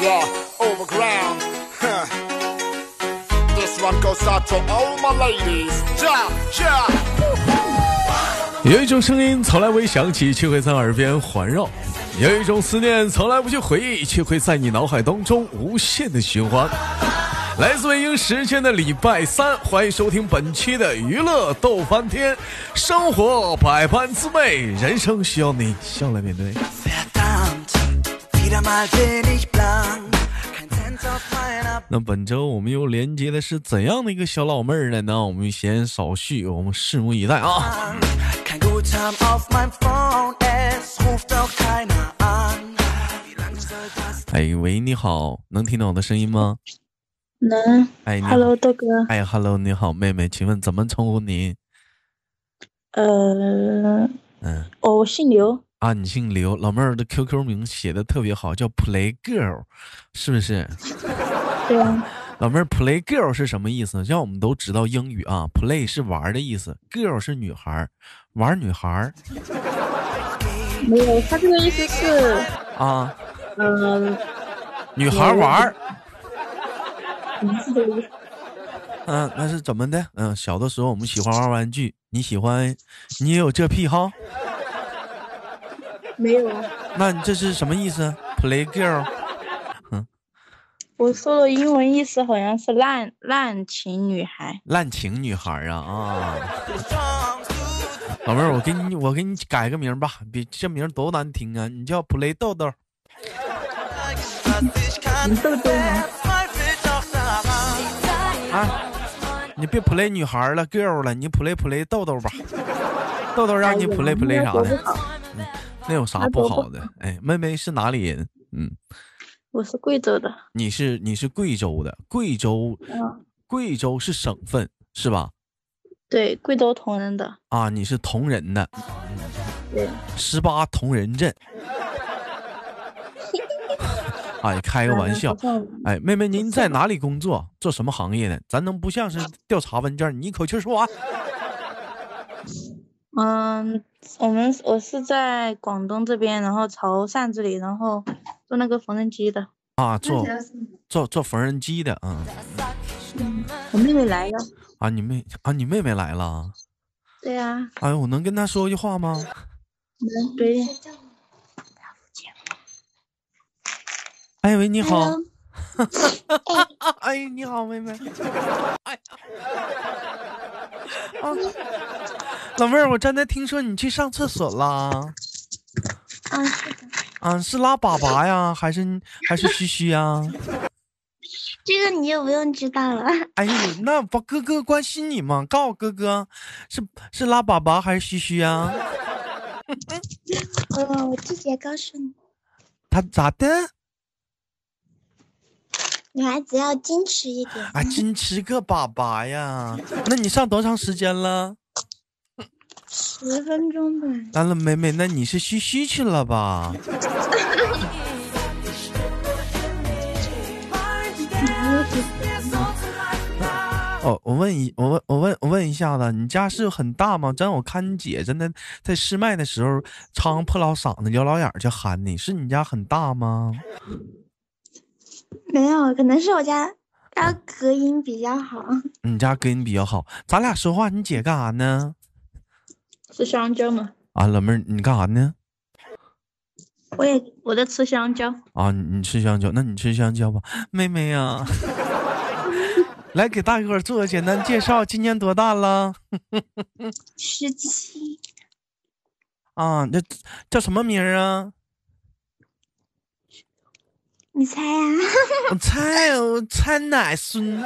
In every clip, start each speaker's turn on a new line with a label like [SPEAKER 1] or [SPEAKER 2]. [SPEAKER 1] yeah, overground. Huh. This one goes out to all my ladies. Ja, ja.
[SPEAKER 2] 有一种声音从来未响起，却会在耳边环绕；有一种思念从来不去回忆，却会在你脑海当中无限的循环。来自北京时间的礼拜三，欢迎收听本期的娱乐逗翻天，生活百般滋味，人生需要你笑来面对。
[SPEAKER 3] Verdammt, wieder mal bin ich blank. Kein Cent auf meiner
[SPEAKER 2] 那本周我们又连接的是怎样的一个小老妹儿呢？那我们闲少叙，我们拭目以待啊！
[SPEAKER 3] Bank. Kein Guthaben auf meinem Phone, es ruft auch keiner an. Wie lang soll das
[SPEAKER 2] 哎喂，你好，能听到我的声音吗？
[SPEAKER 4] 能
[SPEAKER 2] 哎你好
[SPEAKER 4] ，Hello，豆哥，
[SPEAKER 2] 哎，Hello，你好，妹妹，请问怎么称呼您？
[SPEAKER 4] 呃，
[SPEAKER 2] 嗯，
[SPEAKER 4] 哦，我姓刘，
[SPEAKER 2] 啊，你姓刘，老妹儿的 QQ 名写的特别好，叫 Play Girl，是不是？
[SPEAKER 4] 对啊，
[SPEAKER 2] 老妹儿，Play Girl 是什么意思呢？像我们都知道英语啊，Play 是玩儿的意思，Girl 是女孩儿，玩儿女孩儿
[SPEAKER 3] geht?
[SPEAKER 4] 没有，他这个意思是，
[SPEAKER 2] 啊，
[SPEAKER 4] 嗯、
[SPEAKER 2] 女孩儿玩儿。
[SPEAKER 4] 名字的意思，
[SPEAKER 2] 嗯、那是怎么的？嗯，小的时候我们喜欢玩玩具，你喜欢，你也有这癖好？
[SPEAKER 4] 没有啊，
[SPEAKER 2] 那你这是什么意思？Play Girl
[SPEAKER 4] 我说的英文意思好像是滥滥情女孩，
[SPEAKER 2] 滥情女孩儿啊啊！
[SPEAKER 3] Songs, du
[SPEAKER 2] 老妹儿，我给你我给你改个名儿吧，别这名儿多难听啊！你叫 Play 豆豆。
[SPEAKER 3] zeigst, was ich kann.
[SPEAKER 4] Ein Dodo.
[SPEAKER 3] Wer zweifelt noch daran?
[SPEAKER 2] 啊，你别 play 女孩儿了，girl 了，你 play play 豆豆吧，豆豆让你 play play 啥
[SPEAKER 4] 我不
[SPEAKER 2] 的，嗯
[SPEAKER 4] 好，
[SPEAKER 2] 那有啥不好的？哎，妹妹是哪里人？嗯，
[SPEAKER 4] 我是贵州的，
[SPEAKER 2] 你是你是贵州的，贵州
[SPEAKER 4] 嗯，
[SPEAKER 2] 贵州是省份是吧？
[SPEAKER 4] 对，贵州铜仁的，
[SPEAKER 2] 啊，你是铜仁的，
[SPEAKER 4] 对，
[SPEAKER 2] 十八铜仁 镇。哎，开个玩笑
[SPEAKER 4] 好。像
[SPEAKER 2] 哎，妹妹，您在哪里工作？做什么行业的？咱能不像是调查问卷？你一口气儿说啊完。
[SPEAKER 4] 嗯，我们我是在广东这边，然后潮汕这里，然后做那个缝纫机的，
[SPEAKER 2] 啊，做做做缝纫机的，嗯
[SPEAKER 4] 我妹妹来了，
[SPEAKER 2] 啊，你妹啊，你妹妹来了，
[SPEAKER 4] 对呀、啊，
[SPEAKER 2] 哎呦，我能跟她说句话吗？
[SPEAKER 4] 能对，
[SPEAKER 2] 哎喂，你好， 哎，你好，妹妹，哎呀，啊，老妹儿，我刚才听说你去上厕所啦，
[SPEAKER 4] 啊，
[SPEAKER 2] 啊，是拉粑粑呀，还是还是嘘嘘呀？
[SPEAKER 4] 这个你就不用知道 了。
[SPEAKER 2] 哎呦，那不哥哥关心你吗？告诉我哥哥，是是拉粑粑还是嘘嘘啊呀？
[SPEAKER 4] 哦，我直接告诉你，
[SPEAKER 2] 他咋的？
[SPEAKER 4] 女孩子要矜持一点。
[SPEAKER 2] 啊，真吃个粑粑呀！那你上多长时间了？
[SPEAKER 4] 十分钟吧，
[SPEAKER 2] 完了，妹妹，那你是嘘嘘去了吧？哦，我问一，我问，我问，我问一下子，你家是很大吗？真我看你姐真的在试麦的时候，唱破老嗓子、咬老眼儿去喊你，是你家很大吗？
[SPEAKER 4] 没有，可能是我家家隔音比较好。
[SPEAKER 2] 你家隔音比较好，咱俩说话，你姐干啥呢？
[SPEAKER 4] 吃香蕉吗？
[SPEAKER 2] 啊，老妹儿，你干啥呢？
[SPEAKER 4] 我也我在吃香蕉。
[SPEAKER 2] 啊，你你吃香蕉，那你吃香蕉吧，妹妹呀、来给大伙儿做个简单介绍，今年多大了？
[SPEAKER 4] 十七，
[SPEAKER 2] 啊，这叫什么名儿啊？
[SPEAKER 4] 你猜呀、
[SPEAKER 2] 我猜，我猜奶孙。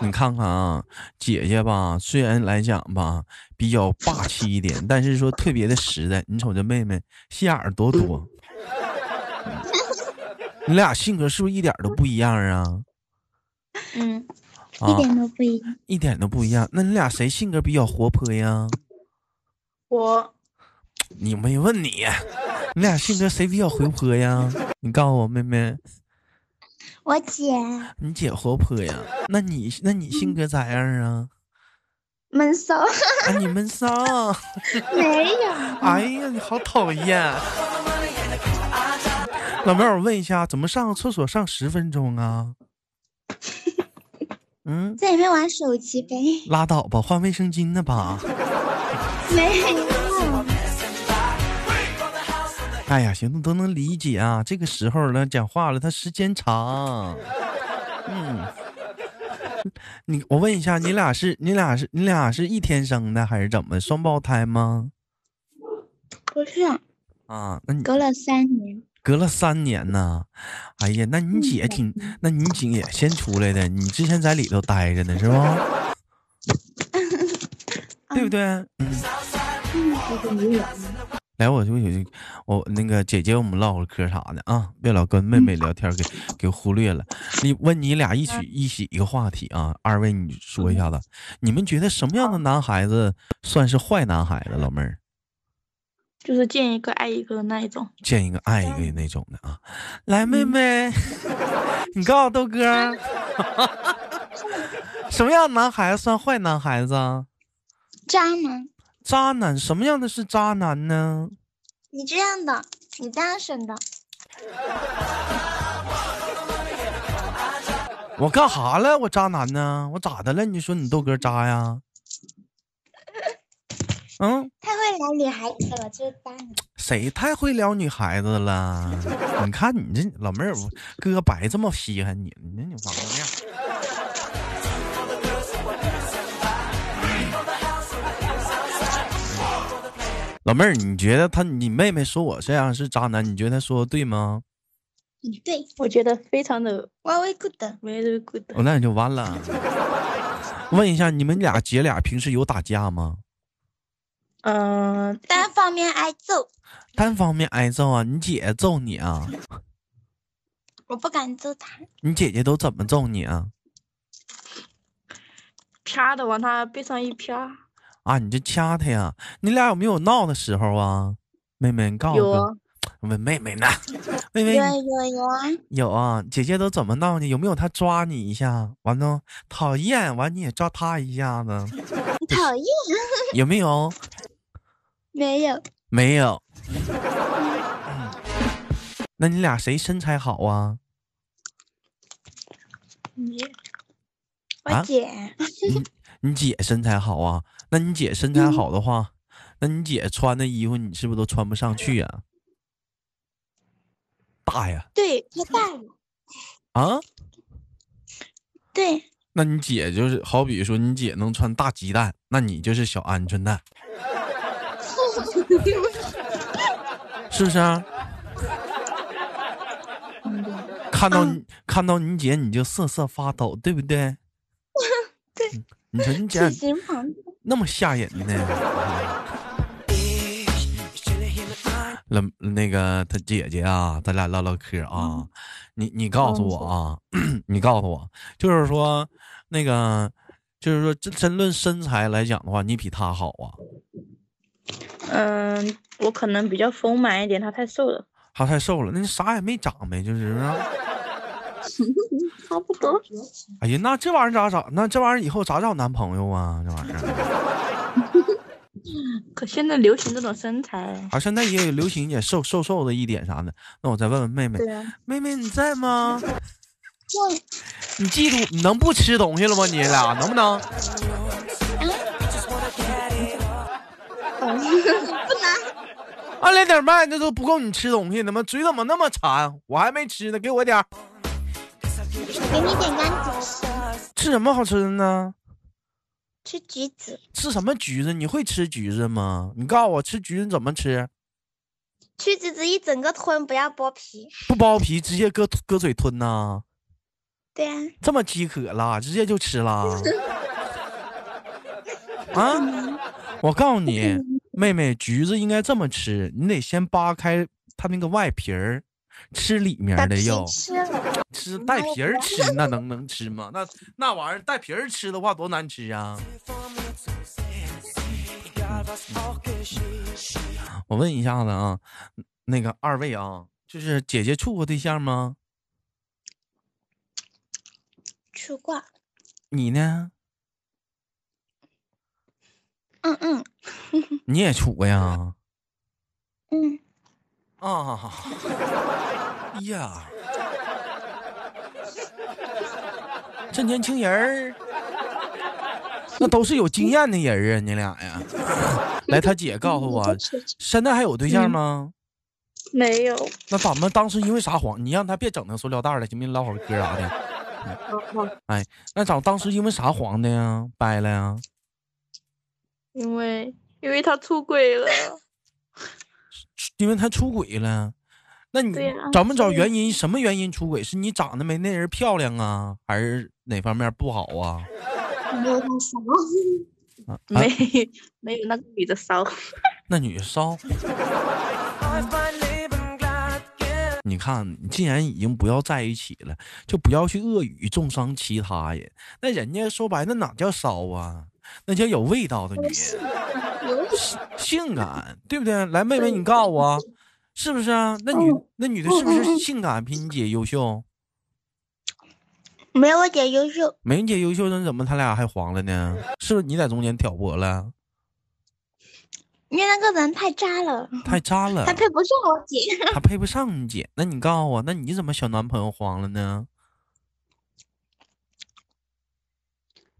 [SPEAKER 2] 你看看啊，姐姐吧，虽然来讲吧比较霸气一点，但是说特别的实在。你瞅这妹妹心眼儿多多， 嗯你俩性格是不是一点儿都不一样啊？
[SPEAKER 4] 嗯，
[SPEAKER 2] 啊，
[SPEAKER 4] 都不 一样。
[SPEAKER 2] 一点都不一样。那你俩谁性格比较活泼呀？
[SPEAKER 4] 我
[SPEAKER 2] 你没问你，你俩性格谁比较活泼呀？你告诉我，妹妹，
[SPEAKER 4] 我姐
[SPEAKER 2] 你姐活泼呀？那你那你性格咋样啊？
[SPEAKER 4] 闷 骚，
[SPEAKER 2] 啊，你们仨，
[SPEAKER 4] 没有，
[SPEAKER 2] 哎呀，你好讨厌！老妹儿，我问一下，怎么上个厕所上十分钟啊？嗯，
[SPEAKER 4] 在里面玩手机呗，
[SPEAKER 2] 拉倒吧，换卫生巾呢吧？
[SPEAKER 4] 没有，
[SPEAKER 2] 哎呀，行，都能理解啊。这个时候了，讲话了，他时间长。嗯，你我问一下，你俩是你俩是你俩是一天生的还是怎么？双胞胎吗？
[SPEAKER 4] 不是啊，
[SPEAKER 2] 啊，那你
[SPEAKER 4] 隔了三年，
[SPEAKER 2] 隔了三年呐，哎呀，那你姐挺，那你姐也先出来的，你之前在里头待着呢是吧？对不对？嗯，来，我就有我那个姐姐，我们唠会儿嗑啥的啊，别老跟妹妹聊天给给忽略了。你问你俩一起一起一个话题啊，二位你说一下子，你们觉得什么样的男孩子算是坏男孩子？老妹儿，
[SPEAKER 4] 就是见一个爱一个的那一种。
[SPEAKER 2] 见一个爱一个的那种的啊。来，妹妹， 你告诉豆哥 儿，什么样的男孩子算坏男孩子啊？
[SPEAKER 5] 渣男，
[SPEAKER 2] 渣男，什么样的是渣男呢？
[SPEAKER 5] 你这样的，你单身的，
[SPEAKER 2] 我干啥了？我渣男呢？我咋的了？你说你豆哥渣呀？嗯，
[SPEAKER 5] 太会聊女孩子
[SPEAKER 4] 呃
[SPEAKER 5] 了，就是渣男。
[SPEAKER 2] 谁太会撩女孩子了？你看你这老妹儿，我哥白这么稀罕你，你你玩个样。老妹儿，你觉得他你妹妹说我这样是渣男，你觉得她说的对吗？
[SPEAKER 5] 你嗯对
[SPEAKER 4] 我觉得非常的
[SPEAKER 5] ，very good，
[SPEAKER 4] very good，
[SPEAKER 2] 哦，那你就完了。问一下，你们俩姐俩平时有打架吗？
[SPEAKER 4] 嗯、呃，
[SPEAKER 5] 单方面挨揍，
[SPEAKER 2] 单方面挨揍啊？你姐揍你啊？
[SPEAKER 5] 我不敢揍他，
[SPEAKER 2] 你姐姐都怎么揍你啊？
[SPEAKER 4] 啪的往他背上一啪，
[SPEAKER 2] 啊，你这掐她呀？你俩有没有闹的时候啊？妹妹，你告诉
[SPEAKER 4] 有
[SPEAKER 2] 我
[SPEAKER 4] 啊
[SPEAKER 2] 哥，问妹妹呢？ 妹
[SPEAKER 5] 有
[SPEAKER 2] 妹你
[SPEAKER 5] 有有啊，
[SPEAKER 2] 有啊？姐姐都怎么闹你？有没有她抓你一下？完了，讨厌，完你也抓她一下子，
[SPEAKER 5] 你讨厌，
[SPEAKER 2] 有没有？
[SPEAKER 5] 没有，
[SPEAKER 2] 没有。 那你俩谁身材好啊？
[SPEAKER 4] 你
[SPEAKER 2] 啊
[SPEAKER 5] 我姐，
[SPEAKER 2] 你姐身材好啊？那你姐身
[SPEAKER 5] 嗯
[SPEAKER 2] 材好的话，那你姐穿的衣服你是不是都穿不上去呀、大呀
[SPEAKER 5] 对他大了，
[SPEAKER 2] 啊！
[SPEAKER 5] 对，
[SPEAKER 2] 那你姐就是好比说你姐能穿大鸡蛋，那你就是小鹌鹑 蛋，是不是啊、
[SPEAKER 5] 嗯
[SPEAKER 2] 看到你、看到你姐你就瑟瑟发抖，对不对？
[SPEAKER 5] 对
[SPEAKER 2] 嗯，你说你姐
[SPEAKER 5] 体型庞大，
[SPEAKER 2] 那么吓人呢？老那个他姐姐啊，咱俩唠唠嗑啊。你你告诉我啊， 你告诉我，就是说那个，就是说这真论身材来讲的话，你比他好啊。
[SPEAKER 4] 嗯、我可能比较丰满一点，他太瘦了，
[SPEAKER 2] 他太瘦了，那啥也没长呗，就是啊。
[SPEAKER 4] 差不多。
[SPEAKER 2] 哎呀，那这玩意儿咋找？那这玩意儿以后咋找男朋友啊？这玩意儿，
[SPEAKER 4] 可现在流行这种身材，
[SPEAKER 2] 啊，现在也有流行也瘦瘦瘦的一点啥的。那我再问问妹妹，
[SPEAKER 4] 对啊，
[SPEAKER 2] 妹妹你在 吗？
[SPEAKER 5] 对，
[SPEAKER 2] 你记住，你能不吃东西了吗？你俩能不能？按两啊点麦，那都不够你吃东西的吗？嘴怎么那么馋？我还没吃呢，给我点儿。
[SPEAKER 5] 给你点干橘子，
[SPEAKER 2] 吃什么好吃的呢？
[SPEAKER 5] 吃橘子，
[SPEAKER 2] 吃什么橘子？你会吃橘子吗？你告诉我，吃橘子怎么吃？
[SPEAKER 5] 吃橘子一整个吞，不要剥皮，
[SPEAKER 2] 不剥皮，直接搁搁嘴吞呐、
[SPEAKER 5] 对啊，
[SPEAKER 2] 这么饥渴啦，直接就吃啦？啊！我告诉你，妹妹，橘子应该这么吃，你得先扒开它那个外皮儿，吃里面
[SPEAKER 5] 把
[SPEAKER 2] 的
[SPEAKER 5] 皮
[SPEAKER 2] 要。
[SPEAKER 5] 吃了，
[SPEAKER 2] 吃带皮儿吃，那能能吃吗？那那玩意儿带皮儿吃的话，多难吃啊！我问一下子啊，那个二位啊，就是姐姐处过对象吗？
[SPEAKER 5] 吃过，
[SPEAKER 2] 你呢？你也处过呀？
[SPEAKER 5] 嗯，
[SPEAKER 2] 啊，哎呀，这年轻人儿，那都是有经验的人儿啊，你俩呀。来，他姐告诉我，现在还有对象吗？
[SPEAKER 4] 没有，
[SPEAKER 2] 那咱们当时因为啥慌？你让他别整那塑料袋儿了，行不行？唠会儿嗑啥的。哎，那咱当时因为啥慌的呀？掰了呀？
[SPEAKER 4] 因为因为他出轨了，
[SPEAKER 2] 啊因为他出轨了。那你
[SPEAKER 4] 对呀
[SPEAKER 2] 找没找
[SPEAKER 4] 所以
[SPEAKER 2] 原因？什么原因出轨？是你长得没那人漂亮啊，还是哪方面不好啊？
[SPEAKER 5] 没有他少。
[SPEAKER 2] 啊啊
[SPEAKER 4] 没没有那个女的骚。
[SPEAKER 2] 那女骚，你看，你既然已经不要在一起了，就不要去恶语重伤其他人。那人家说白，那哪叫骚啊？那叫有味道的女人，性性感，对不对？来，妹妹，你告诉我，是不是啊？那女
[SPEAKER 4] 嗯
[SPEAKER 2] 那女的是不是性感比你姐优秀？
[SPEAKER 5] 没有我姐优秀，
[SPEAKER 2] 没你姐优秀，那怎么他俩还黄了呢？是不是你在中间挑拨了？
[SPEAKER 5] 因为那个人太渣了，
[SPEAKER 2] 太渣了
[SPEAKER 5] 他，配不上我姐。
[SPEAKER 2] 他配不上你姐。那你告诉我，那你怎么小男朋友黄了呢？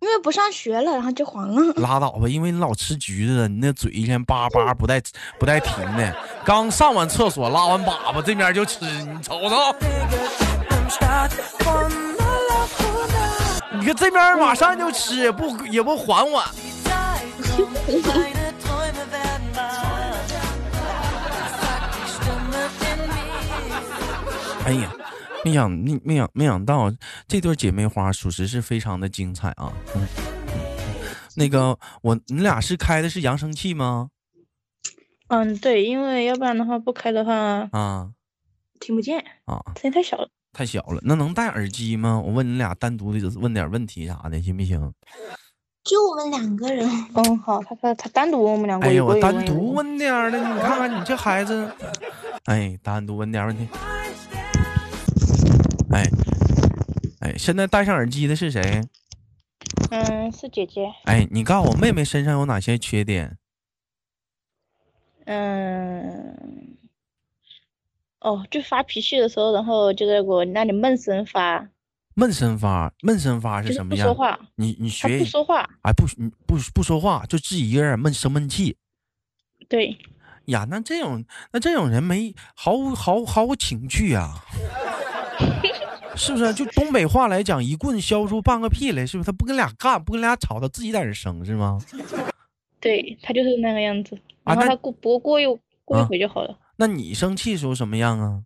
[SPEAKER 5] 因为不上学了，然后就黄了。
[SPEAKER 2] 拉倒吧，因为你老吃橘子，你那嘴一天叭叭不带不带停的。刚上完厕所拉完粑粑，这边就吃，你瞅瞅，你看这边马上就吃，也不也不缓缓。哎呀，没想没没想没想到这对姐妹花属实是非常的精彩啊！嗯，嗯那个我你俩是开的是扬声器吗？
[SPEAKER 4] 嗯，对，因为要不然的话不开的话
[SPEAKER 2] 啊
[SPEAKER 4] 听不见，
[SPEAKER 2] 啊，
[SPEAKER 4] 声音太小了。
[SPEAKER 2] 太小了，那能戴耳机吗？我问你俩单独的问点问题啥的，行不
[SPEAKER 4] 啊
[SPEAKER 2] 行？
[SPEAKER 5] 就我们两个人，
[SPEAKER 4] 嗯，好，他他他单独问我们两个，
[SPEAKER 2] 哎呀，我
[SPEAKER 4] 也
[SPEAKER 2] 单独
[SPEAKER 4] 问
[SPEAKER 2] 问点儿的，你看看你这孩子，哎，单独问点儿问题，哎，哎，现在戴上耳机的是谁？
[SPEAKER 4] 一问。嗯，是姐姐。
[SPEAKER 2] 哎，你告诉我妹妹身上有哪些缺点？
[SPEAKER 4] 嗯，哦，就发脾气的时候，然后就在我那里闷声发，
[SPEAKER 2] 闷声发，闷声发
[SPEAKER 4] 就是是
[SPEAKER 2] 什么
[SPEAKER 4] 不
[SPEAKER 2] 样
[SPEAKER 4] 说？话，
[SPEAKER 2] 你你
[SPEAKER 4] 他
[SPEAKER 2] 学一，
[SPEAKER 4] 不说话。
[SPEAKER 2] 哎，不你不不说话，就自己一个人闷生闷气。
[SPEAKER 4] 对，
[SPEAKER 2] 呀，那这种那这种人没毫无毫无毫无情趣 啊，是不是？就东北话来讲，一棍削出半个屁来，是不是？他不跟俩干，不跟俩吵，他自己在那儿生是吗？
[SPEAKER 4] 对他就是那个样子。
[SPEAKER 2] 啊
[SPEAKER 4] 然后
[SPEAKER 2] 那
[SPEAKER 4] 他过不过过一过一
[SPEAKER 2] 啊
[SPEAKER 4] 会就好了。
[SPEAKER 2] 那你生气的时候什么样啊？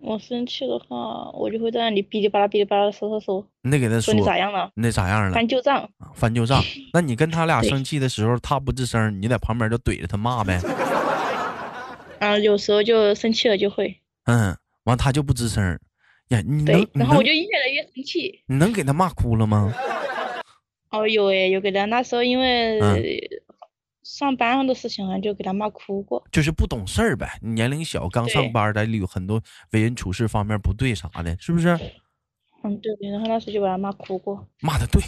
[SPEAKER 4] 我生气的话，我就会在那里哔哩吧啦哔哩吧啦的说说说，
[SPEAKER 2] 你得给他
[SPEAKER 4] 说
[SPEAKER 2] 说，
[SPEAKER 4] 你咋样了，
[SPEAKER 2] 你得咋样了啊
[SPEAKER 4] 翻？旧账。
[SPEAKER 2] 翻旧 账。那你跟他俩
[SPEAKER 4] 对
[SPEAKER 2] 生气的时候，他不吱声，你在旁边就怼着他骂呗。
[SPEAKER 4] 啊，有时候就生气了就会，
[SPEAKER 2] 嗯，完他就不吱声。呀，你能
[SPEAKER 4] 对，
[SPEAKER 2] 你
[SPEAKER 4] 然后
[SPEAKER 2] 能
[SPEAKER 4] 我就越来越生气。
[SPEAKER 2] 你能给他骂哭了吗？
[SPEAKER 4] 哦，有诶，有给他那时候因为
[SPEAKER 2] 嗯
[SPEAKER 4] 上班的事情啊，就给他骂哭过。
[SPEAKER 2] 就是不懂事儿呗，年龄小，刚上
[SPEAKER 4] 对
[SPEAKER 2] 班儿，在里有很多为人处事方面不对啥的，是不是？
[SPEAKER 4] 嗯，对，然后那时候就把他骂哭过。
[SPEAKER 2] 骂他对，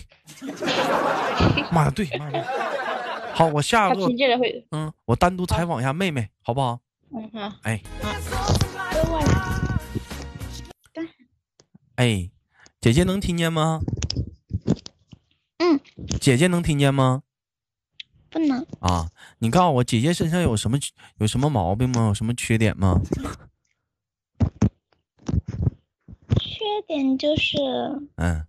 [SPEAKER 2] 骂他对，骂他对。好，我下
[SPEAKER 4] 他
[SPEAKER 2] 个
[SPEAKER 4] 听见了会，
[SPEAKER 2] 嗯，我单独采访一下妹妹，好不好？
[SPEAKER 4] 嗯哈，
[SPEAKER 2] 哎
[SPEAKER 4] 外
[SPEAKER 2] 哎，姐姐能听见吗？
[SPEAKER 5] 嗯，
[SPEAKER 2] 姐姐能听见吗？
[SPEAKER 5] 不能，
[SPEAKER 2] 啊，你告诉我，姐姐身上有什么有什么毛病吗？有什么缺点吗？
[SPEAKER 5] 缺点就是
[SPEAKER 2] 嗯，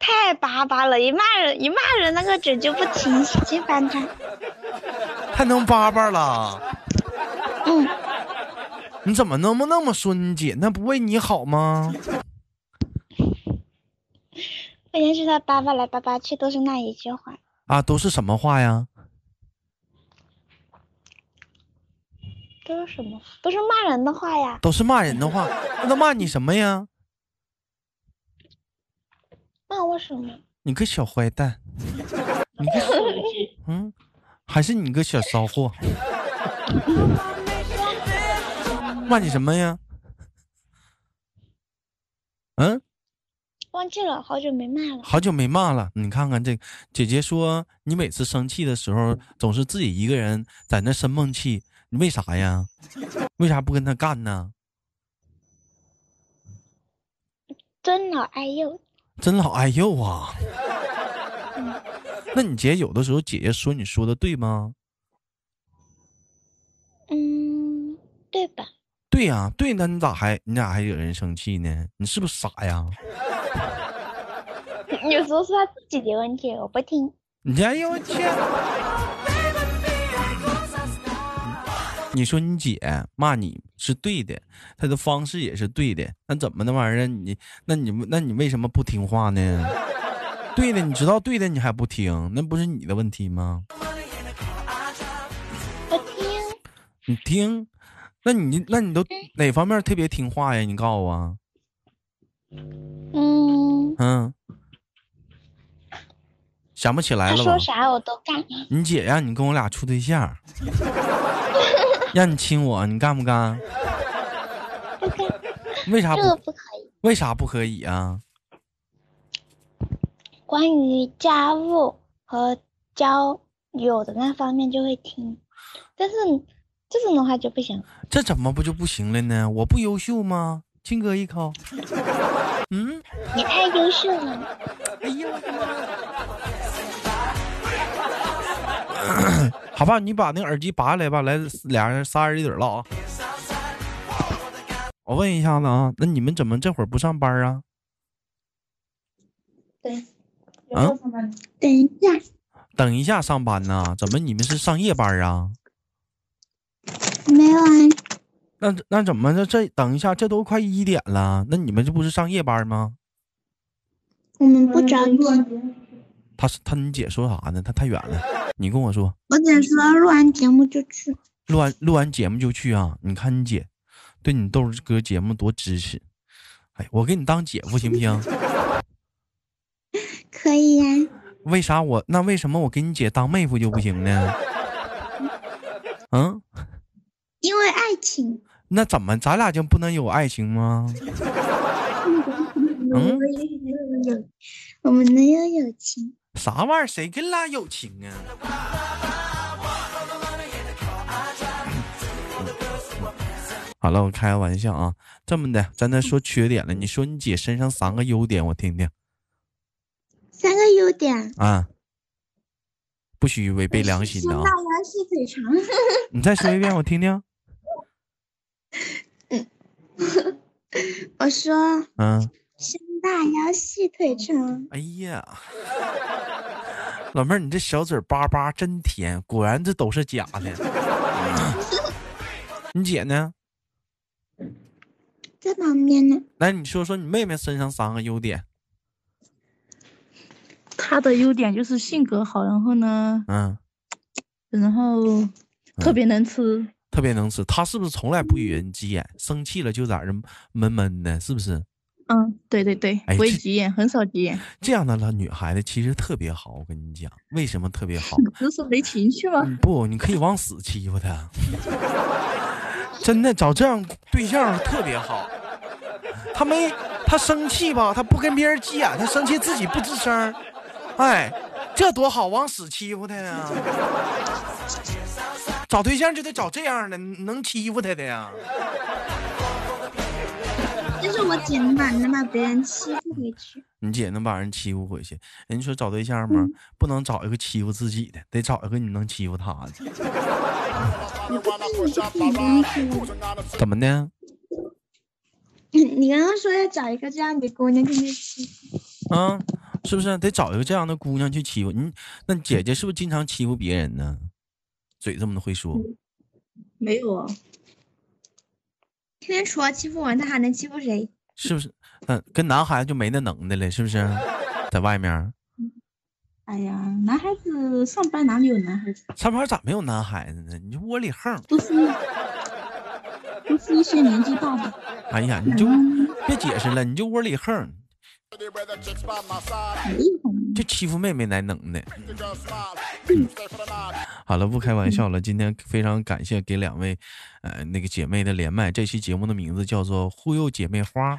[SPEAKER 5] 太巴巴了，一骂人一骂人那个嘴就不停息，反正
[SPEAKER 2] 还能叭叭了？
[SPEAKER 5] 嗯，
[SPEAKER 2] 你怎么那么那么说你姐？那不为你好吗？
[SPEAKER 5] 我连续他叭叭来叭叭去都是那一句话，
[SPEAKER 2] 啊，都是什么话呀？
[SPEAKER 5] 都是什么？都是骂人的话呀，
[SPEAKER 2] 都是骂人的话，那他骂你什么呀？
[SPEAKER 5] 骂我什么？
[SPEAKER 2] 你个小坏蛋，你个，嗯，还是你个小骚货，骂你什么呀？嗯，
[SPEAKER 5] 忘记了，好久没骂了。
[SPEAKER 2] 好久没骂了，你看看这姐姐说，你每次生气的时候总是自己一个人在那生闷气，你为啥呀？为啥不跟他干呢？
[SPEAKER 5] 尊老爱幼，
[SPEAKER 2] 真老爱幼啊！那你姐有的时候，姐姐说你说的对吗？
[SPEAKER 5] 嗯，对 吧？
[SPEAKER 2] 对呀、对，那你咋还你咋还惹人生气呢？你是不是傻呀？
[SPEAKER 5] 有时候是他自己的问题，我不听。
[SPEAKER 2] 你家呦我去！你说你姐骂你是对的，她的方式也是对的，那怎么那玩意儿？你那你那你为什么不听话呢？对的，你知道对的，你还不听，那不是你的问题吗？
[SPEAKER 5] 不听，
[SPEAKER 2] 你听，那你那你都哪方面特别听话呀？你告诉我啊，
[SPEAKER 5] 嗯，
[SPEAKER 2] 嗯，想不起来
[SPEAKER 5] 他
[SPEAKER 2] 了吧
[SPEAKER 5] 说？啥我都干。
[SPEAKER 2] 你姐让你跟我俩处对 象，让你亲我，你干不干？
[SPEAKER 5] 不干，
[SPEAKER 2] 为啥
[SPEAKER 5] 这个
[SPEAKER 2] 不？
[SPEAKER 5] 不可以。
[SPEAKER 2] 为啥不可以啊？
[SPEAKER 5] 关于家务和交友的那方面就会听，但是这种的话就不行。
[SPEAKER 2] 这怎么不就不行了呢？我不优秀吗？亲哥一口。嗯，
[SPEAKER 5] 你太优秀了，
[SPEAKER 2] 哎呀，我的妈！好吧，你把那个耳机拔下来吧，来俩人仨人一起唠啊。我问一下子啊，那你们怎么这会儿不上班啊？
[SPEAKER 4] 对，
[SPEAKER 2] 啊
[SPEAKER 4] 有时候上班
[SPEAKER 5] 等一下，
[SPEAKER 2] 等一下上班呢？怎么你们是上夜班啊？
[SPEAKER 5] 没有啊，
[SPEAKER 2] 那那怎么这这等一下，这都快一点了，那你们这不是上夜班吗？
[SPEAKER 5] 我们不着急。
[SPEAKER 2] 他是他你姐说啥呢？他太远了，你跟我说。
[SPEAKER 5] 我姐说录完节目就去。
[SPEAKER 2] 录完录完节目就去啊！你看你姐对你豆儿哥节目多支持，哎，我给你当姐夫行不行？
[SPEAKER 5] 可以呀、
[SPEAKER 2] 为啥我那为什么我给你姐当妹夫就不行呢？嗯，
[SPEAKER 5] 因为爱情。
[SPEAKER 2] 那怎么咱俩就不能有爱情吗？嗯，
[SPEAKER 5] 有，我们能有友情。
[SPEAKER 2] 啥玩意儿？谁跟拉友情啊？好了，我开个玩笑啊。这么的，咱再说缺点了。你说你姐身上三个优点，我听听
[SPEAKER 5] 三个优点。
[SPEAKER 2] 啊。不许违背良心的啊！
[SPEAKER 5] 腰细腿长。
[SPEAKER 2] 你再说一遍，我听听。
[SPEAKER 5] 我说
[SPEAKER 2] 嗯，
[SPEAKER 5] 胸大腰细腿长。
[SPEAKER 2] 哎呀，老妹儿，你这小嘴巴巴真甜，果然这都是假的。你姐呢？
[SPEAKER 5] 在旁边呢。
[SPEAKER 2] 来，你说说你妹妹身上三个优点。
[SPEAKER 4] 他的优点就是性格好，然后呢，
[SPEAKER 2] 嗯，
[SPEAKER 4] 然后特别能吃，
[SPEAKER 2] 特别能吃，他是不是从来不与人急眼？生气了就在这闷闷的，是不是？
[SPEAKER 4] 嗯，对对对
[SPEAKER 2] 哎，
[SPEAKER 4] 不会
[SPEAKER 2] 这
[SPEAKER 4] 急眼，很少急眼，
[SPEAKER 2] 这样的了，女孩子其实特别好，我跟你讲，为什么特别好？
[SPEAKER 4] 只是没情趣吗？
[SPEAKER 2] 嗯不，你可以往死欺负 她，真的找这样对象特别好。她没，她生气吧，她不跟别人急眼，她生气自己不吱声儿，哎，这多好，往死欺负她呀！找对象就得找这样的，能欺负她的呀。
[SPEAKER 5] 就是我姐能把能把别人欺负回去。
[SPEAKER 2] 你姐能把人欺负回去，人说找对象嘛，不能找一个欺负自己的，得找一个你能欺负他的。怎么的？
[SPEAKER 5] 你刚刚说要找一个这样的姑娘，就是欺负。
[SPEAKER 2] 啊，是不是得找一个这样的姑娘去欺负你？那你姐姐是不是经常欺负别人呢？嘴这么的会说，
[SPEAKER 4] 没有啊，
[SPEAKER 5] 哦天天除了欺负我，她还能欺负谁？
[SPEAKER 2] 是不是？嗯、跟男孩子就没那能耐了，是不是？在外面
[SPEAKER 4] 哎呀，男孩子上班哪里有男孩子？
[SPEAKER 2] 上班咋没有男孩子呢？你就窝里横。
[SPEAKER 4] 都是都是一些年纪大的，
[SPEAKER 2] 哎呀，你就别解释了，你就窝里横，就欺负妹妹来能耐。好了，不开玩笑了。今天非常感谢给两位，呃，那个姐妹的连麦。这期节目的名字叫做《忽悠姐妹花》，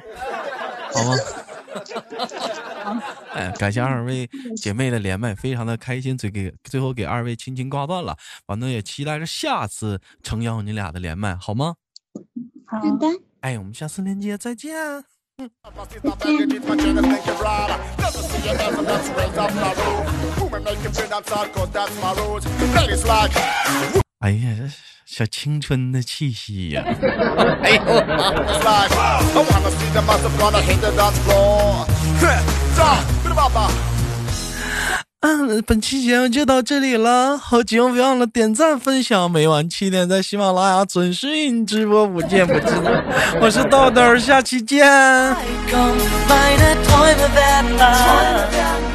[SPEAKER 2] 好吗？哎，感谢二位姐妹的连麦，非常的开心，最给最后给二位轻轻挂断了。完了，也期待着下次诚邀你俩的连麦，好吗？
[SPEAKER 4] 好
[SPEAKER 5] 好的，
[SPEAKER 2] 哎，我们下次连接再见。哎呀，这小青春的气息呀、
[SPEAKER 1] Hey, oh, it's like, I wanna see the massive gonna hit the dance floor. Ja, bada baba.
[SPEAKER 2] 嗯，本期节目就到这里了，好节目别忘了点赞分享，每晚七点在喜马拉雅准时与你直播，不见不散。我是豆豆，下期见。
[SPEAKER 6] Komm, meine Träume werden wahr.